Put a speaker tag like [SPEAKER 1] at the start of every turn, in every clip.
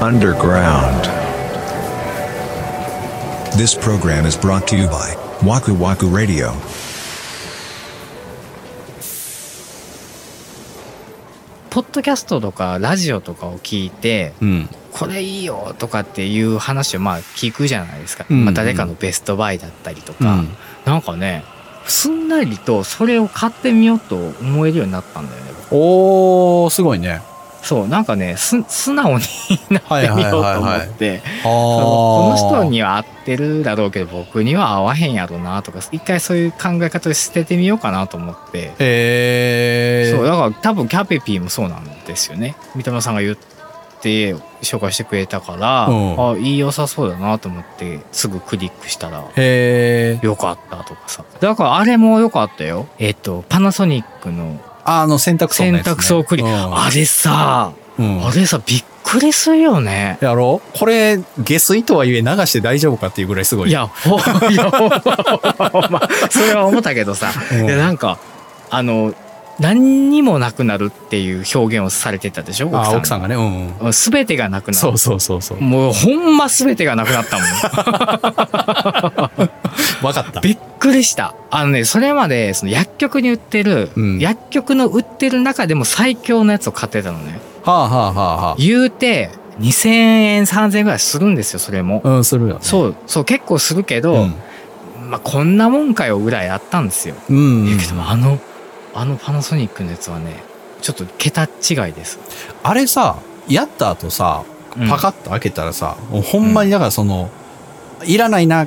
[SPEAKER 1] underground.
[SPEAKER 2] This program is brought to you by Waku Waku Radio.
[SPEAKER 3] ポッドキャストとかラジオとかを聞いて
[SPEAKER 4] うん。
[SPEAKER 3] これいいよとかっていう話をまあ聞くじゃないですか、
[SPEAKER 4] うんうん
[SPEAKER 3] まあ、誰かのベストバイだったりとか、
[SPEAKER 4] うん
[SPEAKER 3] なんかねすんなりとそれを買ってみようと思えるようになったんだよね
[SPEAKER 4] おー、すごいね。
[SPEAKER 3] そうなんかねす素直になってみようと思
[SPEAKER 4] はいはいはいは
[SPEAKER 3] っ
[SPEAKER 4] い
[SPEAKER 3] て
[SPEAKER 4] あ
[SPEAKER 3] そのこの人
[SPEAKER 4] に。
[SPEAKER 3] には合ってるだろうけど僕には合わへんやろなとか一回そういう考え方を捨ててみようかなと思って
[SPEAKER 4] えー。
[SPEAKER 3] そうだから多分キャペピーもそうなんですよね三笘さんが言って紹介してくれたから、
[SPEAKER 4] うん
[SPEAKER 3] あいい良さそうだなと思ってすぐクリックしたら
[SPEAKER 4] えー。
[SPEAKER 3] 良かったとかさだからあれも良かったよえっ、とパナソニックの
[SPEAKER 4] あの、洗濯槽の
[SPEAKER 3] 洗
[SPEAKER 4] やつね
[SPEAKER 3] 濯槽クリック、
[SPEAKER 4] うん
[SPEAKER 3] あれさ
[SPEAKER 4] うん
[SPEAKER 3] あれさびっくりするよね
[SPEAKER 4] やろうこれ、下水とはいえ流して大丈夫かっていうぐらいすごい。
[SPEAKER 3] い、やほいやほんまほんまほんまそれは思ったけどさ、
[SPEAKER 4] うん
[SPEAKER 3] いやなんかあの何にもなくなるっていう表現をされてたでしょ
[SPEAKER 4] あ、奥さん
[SPEAKER 3] が
[SPEAKER 4] がね、うんうん。
[SPEAKER 3] 全てがなくなる
[SPEAKER 4] そうそうそうそう。
[SPEAKER 3] もうほんま全てがなくなった もん
[SPEAKER 4] わかった。
[SPEAKER 3] びっくりしたあのねそれまでその薬局に売ってる、
[SPEAKER 4] うん
[SPEAKER 3] 薬局の売ってる中でも最強のやつを買ってたのね
[SPEAKER 4] はあはあはあは
[SPEAKER 3] 言うて2000円3000円ぐらいするんですよそれも、
[SPEAKER 4] あ。うん、するよね。
[SPEAKER 3] そうそう結構するけど、
[SPEAKER 4] うん。
[SPEAKER 3] まあ、こんなもんかよぐらいあったんですよ、
[SPEAKER 4] うん
[SPEAKER 3] いやけどもあのあのパナソニックのやつはねちょっと桁違いです、
[SPEAKER 4] あれさ、やった後さ、
[SPEAKER 3] うん
[SPEAKER 4] パカッと開けたらさ、もうほんまにだからその、いらないな、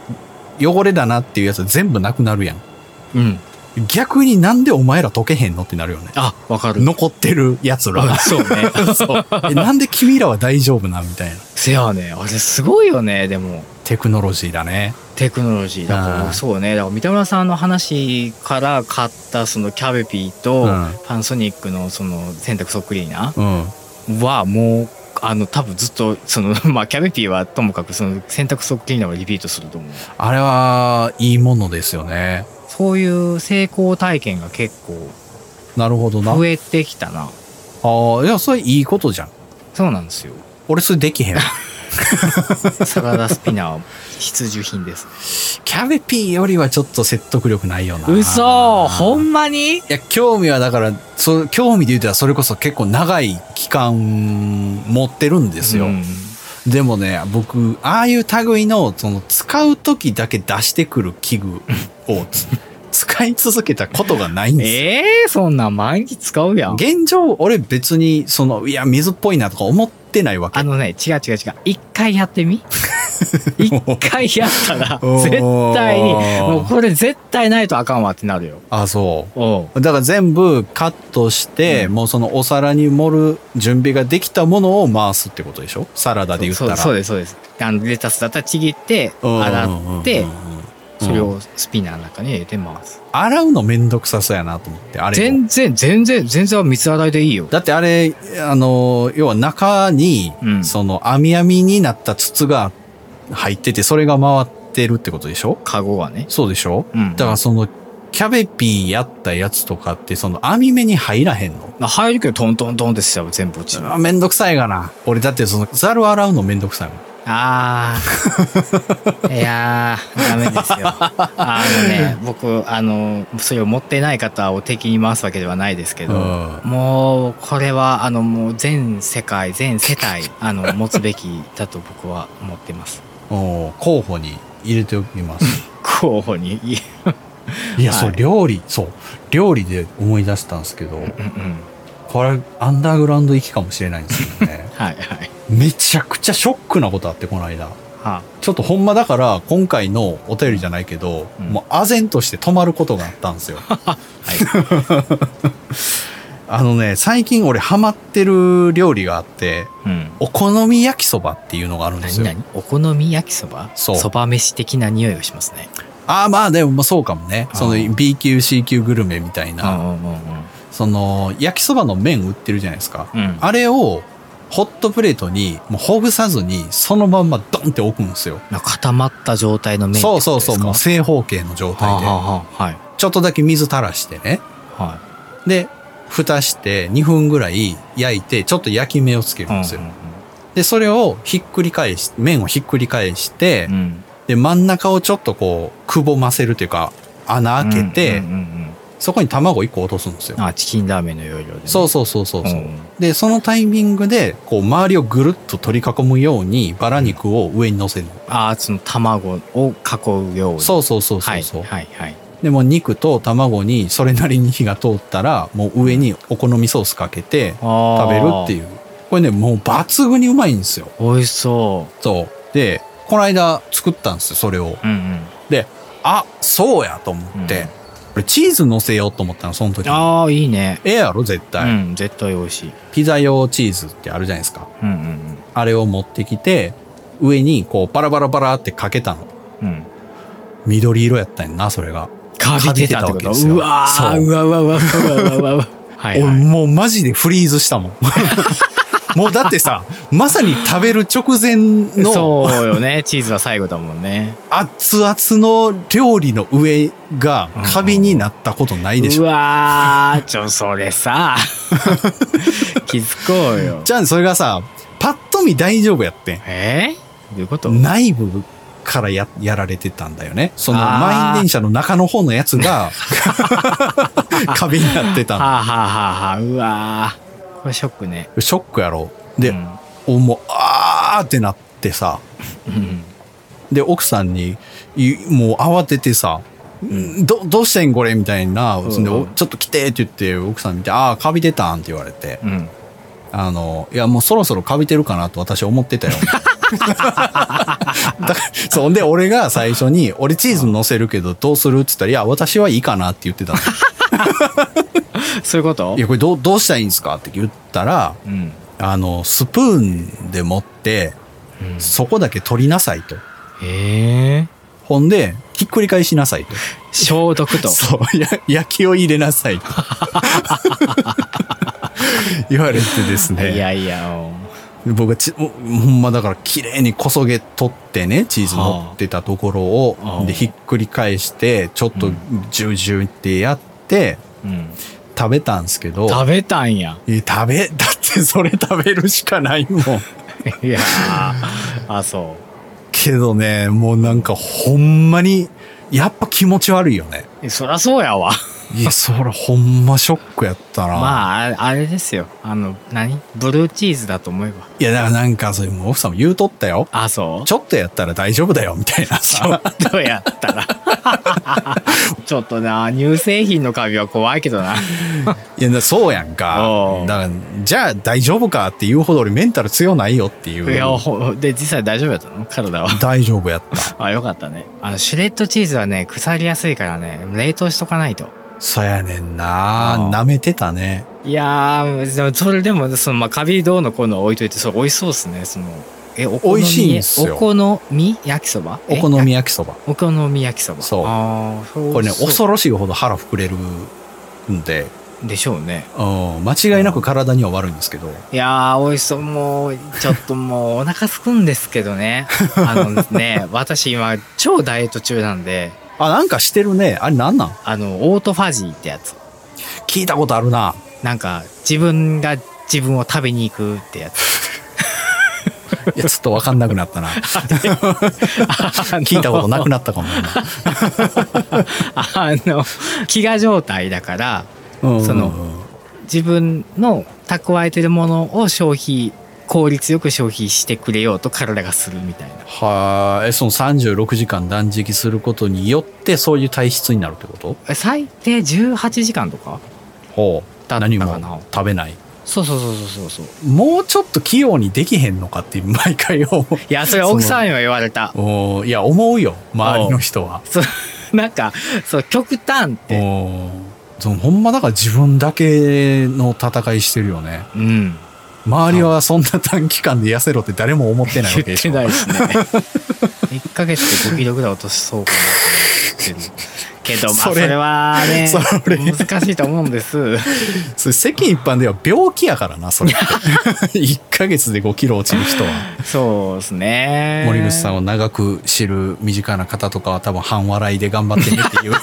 [SPEAKER 4] 汚れだなっていうやつ全部なくなるやん。
[SPEAKER 3] うん
[SPEAKER 4] 逆になんでお前ら溶けへんのってなるよね。
[SPEAKER 3] あわかる
[SPEAKER 4] 残ってるやつ
[SPEAKER 3] うん
[SPEAKER 4] ら。
[SPEAKER 3] そうね
[SPEAKER 4] えなんで君らは大丈夫なみたいな。
[SPEAKER 3] せやねあれすごいよねでも
[SPEAKER 4] テクノロジーだね。
[SPEAKER 3] テクノロジーだか
[SPEAKER 4] う
[SPEAKER 3] ら
[SPEAKER 4] ん
[SPEAKER 3] そうねだから三田村さんの話から買ったそのキャベピーと
[SPEAKER 4] うん
[SPEAKER 3] パナソニックのその洗濯ソクリーナ
[SPEAKER 4] うん。
[SPEAKER 3] ーはもうあの多分ずっとその まあキャベピーはともかくその洗濯ソクリーナーはリピートすると思う
[SPEAKER 4] あれは、いいものですよね。
[SPEAKER 3] そういう成功体験が結構
[SPEAKER 4] なるほどな。
[SPEAKER 3] 増えてきたな
[SPEAKER 4] ああ、いや、それいいことじゃん。
[SPEAKER 3] そうなんですよ
[SPEAKER 4] 俺それでき へんわ。
[SPEAKER 3] サラダスピナーは必需 品です
[SPEAKER 4] キャベピーよりはちょっと説得力ないよな。
[SPEAKER 3] んまに
[SPEAKER 4] いや、興味はだから、そう興味で言うたらそれこそ結構長い期間持ってるんですよ。
[SPEAKER 3] うん
[SPEAKER 4] でもね、僕、ああいう類の、その、使う時だけ出してくる器具を つ使い続けたことがないんですよ。
[SPEAKER 3] えー、そんなん毎日使うやん
[SPEAKER 4] 現状、俺別に、その、いや、水っぽいなとか思ってないわけ
[SPEAKER 3] あ。のね、違う違う違う。一回やっ てみ一回やったら、
[SPEAKER 4] おー
[SPEAKER 3] 絶対に、もうこれ絶対ないとあかんわってなるよ。
[SPEAKER 4] あ、そう。
[SPEAKER 3] おう
[SPEAKER 4] だから全部カットして、
[SPEAKER 3] うん
[SPEAKER 4] もうそのお皿に盛る準備ができたものを回すってことでしょサラダで言った
[SPEAKER 3] そう
[SPEAKER 4] ら。
[SPEAKER 3] そうです、そうです。あの、レタスだったらちぎって、
[SPEAKER 4] うん
[SPEAKER 3] 洗って
[SPEAKER 4] うん、うんうん
[SPEAKER 3] それをスピナーの中に入れて回す。
[SPEAKER 4] 洗うのめんどくさそうやなと思って、あれも。
[SPEAKER 3] 全然、全然、全然水洗いでいいよ。
[SPEAKER 4] だってあれ、あの、要は中に、
[SPEAKER 3] うん
[SPEAKER 4] その網網になった筒が入ってて、それが回ってるってことでしょ
[SPEAKER 3] カゴはね。
[SPEAKER 4] そうでしょ、
[SPEAKER 3] うん
[SPEAKER 4] だからその、キャベピーやったやつとかって、その網目に入らへんの
[SPEAKER 3] な入るけどトントントンってしたら全部落ちる。あ
[SPEAKER 4] あめんどくさいがな。俺だってその、ざる洗うのめんどくさいもん。
[SPEAKER 3] あー。いやー、ダメですよ。あのね、僕、あの、それを持ってない方を敵に回すわけではないですけど、
[SPEAKER 4] うん
[SPEAKER 3] もうこれはあのもう全世界全世 帯あの持つべきだと僕は思ってます
[SPEAKER 4] おー候補に入れておき ます。
[SPEAKER 3] 候補にい
[SPEAKER 4] いや、
[SPEAKER 3] はい
[SPEAKER 4] そう、料理、そう、料理で思い出したんですけど、
[SPEAKER 3] うんうん。
[SPEAKER 4] これ、アンダーグラウンド行きかもしれないんですけどね
[SPEAKER 3] はいはい
[SPEAKER 4] めちゃくちゃショックなことあって、この間。
[SPEAKER 3] は
[SPEAKER 4] ちょっとほんまだから、今回のお便りじゃないけど、
[SPEAKER 3] うん
[SPEAKER 4] もう、唖然として止まることがあったんですよ。
[SPEAKER 3] はい
[SPEAKER 4] あのね、最近俺ハマってる料理があって、
[SPEAKER 3] うん
[SPEAKER 4] お好み焼きそばっていうのがあるんです
[SPEAKER 3] 何
[SPEAKER 4] よ。
[SPEAKER 3] 何お好み焼きそば
[SPEAKER 4] そう
[SPEAKER 3] そば飯的な匂いがしますね
[SPEAKER 4] ああ、まあでも、まあそうかもね。
[SPEAKER 3] あー
[SPEAKER 4] その B 級、C 級グルメみたいうな、
[SPEAKER 3] んうんうんうん
[SPEAKER 4] その、焼きそばの麺売ってるじゃないですか。
[SPEAKER 3] うん
[SPEAKER 4] あれをホットプレートにもうほぐさずにそのまんまドンって置くんですよ。
[SPEAKER 3] まあ固まった状態の麺ってこ
[SPEAKER 4] そう
[SPEAKER 3] と
[SPEAKER 4] そう
[SPEAKER 3] ですか
[SPEAKER 4] そう、もう正方形の状
[SPEAKER 3] はあ
[SPEAKER 4] 態
[SPEAKER 3] は
[SPEAKER 4] で。
[SPEAKER 3] あはあはい
[SPEAKER 4] ちょっとだけ水垂らしてね。
[SPEAKER 3] は
[SPEAKER 4] で、蓋して2分ぐらい焼いて、ちょっと焼き目をつける
[SPEAKER 3] い
[SPEAKER 4] んですよ。
[SPEAKER 3] うんうんうん
[SPEAKER 4] で、それをひっくり返し、面をひっくり返して、
[SPEAKER 3] うん。
[SPEAKER 4] で、真ん中をちょっとこう、くぼませるというか、穴開けて、
[SPEAKER 3] うんうんうん
[SPEAKER 4] そこに卵1個落とすんですよ
[SPEAKER 3] うん。あ、チキンラーメンの要領でね、
[SPEAKER 4] そうそうそうそうそう。
[SPEAKER 3] ん
[SPEAKER 4] で、そのタイミングで、こう、周りをぐるっと取り囲むように、バラ肉を上に乗せるの。
[SPEAKER 3] あーその卵を囲うように。
[SPEAKER 4] そうそうそうそ
[SPEAKER 3] は
[SPEAKER 4] う
[SPEAKER 3] い
[SPEAKER 4] そう。
[SPEAKER 3] はいはい。
[SPEAKER 4] でもう肉と卵にそれなりに火が通ったら、もう上にお好みソースかけて食
[SPEAKER 3] 食。
[SPEAKER 4] べるっていうう。これね、もう抜群にうまいんですよ。
[SPEAKER 3] 美味しそ
[SPEAKER 4] そう。で、この間作ったんですよ、それを。
[SPEAKER 3] う。うんうん。
[SPEAKER 4] で、あ、そうやと思って、
[SPEAKER 3] うん
[SPEAKER 4] これチーズ乗せようと思ったの、その時。
[SPEAKER 3] ああ、いいね。
[SPEAKER 4] ええやろ、絶対、
[SPEAKER 3] うん、絶対美味しい。
[SPEAKER 4] ピザ用チーズってあるじゃないですか。
[SPEAKER 3] うんうん
[SPEAKER 4] あれを持ってきて、上にこうバラバラバラってかけたの。
[SPEAKER 3] うん。うん。
[SPEAKER 4] 緑色やったんやな、それが。
[SPEAKER 3] かびてたって
[SPEAKER 4] かびてたわけ
[SPEAKER 3] こ
[SPEAKER 4] で
[SPEAKER 3] と
[SPEAKER 4] すよ
[SPEAKER 3] うわー
[SPEAKER 4] そう
[SPEAKER 3] うわうわうわうわうわうわ。はい、
[SPEAKER 4] 俺
[SPEAKER 3] はい。
[SPEAKER 4] もうマジでフリーズしたもん。 もうだってさ、まさに食べる直前の
[SPEAKER 3] そうよね。チーズは最後だもんね。
[SPEAKER 4] 熱々の料理の上がカビになったことないでし
[SPEAKER 3] う
[SPEAKER 4] ょ。
[SPEAKER 3] わー、ちょ、それさ。 気づこうよ。
[SPEAKER 4] じゃあそれがさ、パッと見大丈夫やってん。
[SPEAKER 3] えー、どういうこと
[SPEAKER 4] 内部からややられてたんだよね。その
[SPEAKER 3] あー
[SPEAKER 4] 満員電車の中の方のやつ が、カビになってた
[SPEAKER 3] はあ、はあはあはあ、うわー。これショックね。
[SPEAKER 4] の。ショックやろ。で、
[SPEAKER 3] うん
[SPEAKER 4] おもう、あーってなってさ、
[SPEAKER 3] うん
[SPEAKER 4] で、奥さんに、いもう慌ててさ、んど、どうしてんこれみたいな、
[SPEAKER 3] ん
[SPEAKER 4] そんでおちょっと来てって言って、奥さん見て、ああ、カビてたんって言われて、
[SPEAKER 3] うん。
[SPEAKER 4] あの、いや、もうそろそろカビてるかなと私思っ てたよ。 だそんで、俺が最初に、俺チーズ乗せるけどどうするって言ったら、いや、私はいいかなって言ってたの。
[SPEAKER 3] そういうこと
[SPEAKER 4] いや、これどう、どうしたらいいんですかって言ったら、
[SPEAKER 3] うん。
[SPEAKER 4] あの、スプーンで持って、
[SPEAKER 3] うん
[SPEAKER 4] そこだけ取りなさいと。
[SPEAKER 3] ええ
[SPEAKER 4] ほんで、ひっくり返しなさいと。
[SPEAKER 3] 消毒 と。
[SPEAKER 4] そう、や、焼きを入れなさい と。言われてです
[SPEAKER 3] い
[SPEAKER 4] ね。
[SPEAKER 3] やいや、おう
[SPEAKER 4] 僕はち、ほんまだから綺麗にこそげ取ってね、チーズ乗ってたところ
[SPEAKER 3] は
[SPEAKER 4] を
[SPEAKER 3] あ、
[SPEAKER 4] で、ひっくり返して、ちょっ
[SPEAKER 3] う
[SPEAKER 4] と
[SPEAKER 3] ん
[SPEAKER 4] ジュージューってやって、
[SPEAKER 3] うん、
[SPEAKER 4] 食べたんですけど、
[SPEAKER 3] 食べたんや。
[SPEAKER 4] え食べ、だってそれ食べるしかないもん。
[SPEAKER 3] いやー あ、そ
[SPEAKER 4] けどね、もうなんかほんまに、やっぱ気持ち悪いよね。
[SPEAKER 3] う。そりゃそうやわ。
[SPEAKER 4] いや、それほんまショックやったな。
[SPEAKER 3] まあ、あれあれですよ。あの、何ブルーチーズだと思えば。
[SPEAKER 4] いや、だからなんか、それもう奥さんも言うとったよ。
[SPEAKER 3] あ、そう
[SPEAKER 4] ちょっとやったら大丈夫だよ、みたいなさ。
[SPEAKER 3] ちょっとやったら。 ちょっとな、乳製品のカビは怖いけどな。
[SPEAKER 4] いや、だそうやん
[SPEAKER 3] お
[SPEAKER 4] か。
[SPEAKER 3] う
[SPEAKER 4] だから、じゃあ大丈夫かって言うほど俺メンタル強ないよっていう。
[SPEAKER 3] いや、ほで、実際大丈夫やったの体は。
[SPEAKER 4] 大丈夫やった。
[SPEAKER 3] あ、よかったね。あの、シュレッドチーズはね、腐りやすいからね、冷凍しとかないと。
[SPEAKER 4] そやねんな
[SPEAKER 3] あ
[SPEAKER 4] 舐めてたね。
[SPEAKER 3] いやー、でもそれでも、その、まあ、カビどうのこうの置いといて、そう、美味しそうですね、その、え、お好み
[SPEAKER 4] 美味しいんすよ
[SPEAKER 3] お好み焼きそば
[SPEAKER 4] お
[SPEAKER 3] え
[SPEAKER 4] 好み焼きそば。
[SPEAKER 3] お好み焼きそば。
[SPEAKER 4] そう
[SPEAKER 3] あー
[SPEAKER 4] これね、
[SPEAKER 3] そう
[SPEAKER 4] 恐ろしいほど腹膨れるんで、
[SPEAKER 3] でしょうね。
[SPEAKER 4] うん、間違いなく体には悪いんですけど。
[SPEAKER 3] いやー、美味しそう。もう、ちょっともう、お腹すくんですけ どね。あのね、私今、超ダイエット中なんで、
[SPEAKER 4] あ、なんかしてるね。あれなんなん
[SPEAKER 3] あの、オートファジーってやつ。
[SPEAKER 4] 聞いたことある な。
[SPEAKER 3] なんか、自分が自分を食べに行くってやつ。
[SPEAKER 4] いや、ちょっとわかんなくなった な。 聞
[SPEAKER 3] 聞
[SPEAKER 4] いたことなくなったかも。
[SPEAKER 3] あの飢餓状態だから
[SPEAKER 4] うん
[SPEAKER 3] その自分の蓄えてるものを消費効率よく消費してくれようと体がするみたいな
[SPEAKER 4] はい、えその36時間断食することによってそういう体質になるってこと
[SPEAKER 3] え最低18時間とか
[SPEAKER 4] ほう
[SPEAKER 3] だったか
[SPEAKER 4] 何
[SPEAKER 3] な
[SPEAKER 4] も食べない
[SPEAKER 3] そうそうそうそうそうそう
[SPEAKER 4] もうちょっと器用にできへんのかって毎回 思う
[SPEAKER 3] いやそれ奥さんには言われた
[SPEAKER 4] おーいや思うよ周りの人は
[SPEAKER 3] そなんかそう極端って
[SPEAKER 4] おーそのほんまだから自分だけの戦いしてるよね
[SPEAKER 3] うん
[SPEAKER 4] 周りはそんな短期間で痩せろって誰も思ってないわ
[SPEAKER 3] 言
[SPEAKER 4] けで
[SPEAKER 3] って
[SPEAKER 4] しょ
[SPEAKER 3] ないしね1ヶ月で5キロぐらい落としそうかなと思ってるけどまあ
[SPEAKER 4] そ
[SPEAKER 3] そ
[SPEAKER 4] れ
[SPEAKER 3] れはね
[SPEAKER 4] それ
[SPEAKER 3] 難しいと思うんです
[SPEAKER 4] それ世間一般では病気やからなそ れって1ヶ月で5キロ落ちる人は
[SPEAKER 3] そうですね
[SPEAKER 4] 森口さんを長く知る身近な方とかは多分半笑いで頑張ってねっていう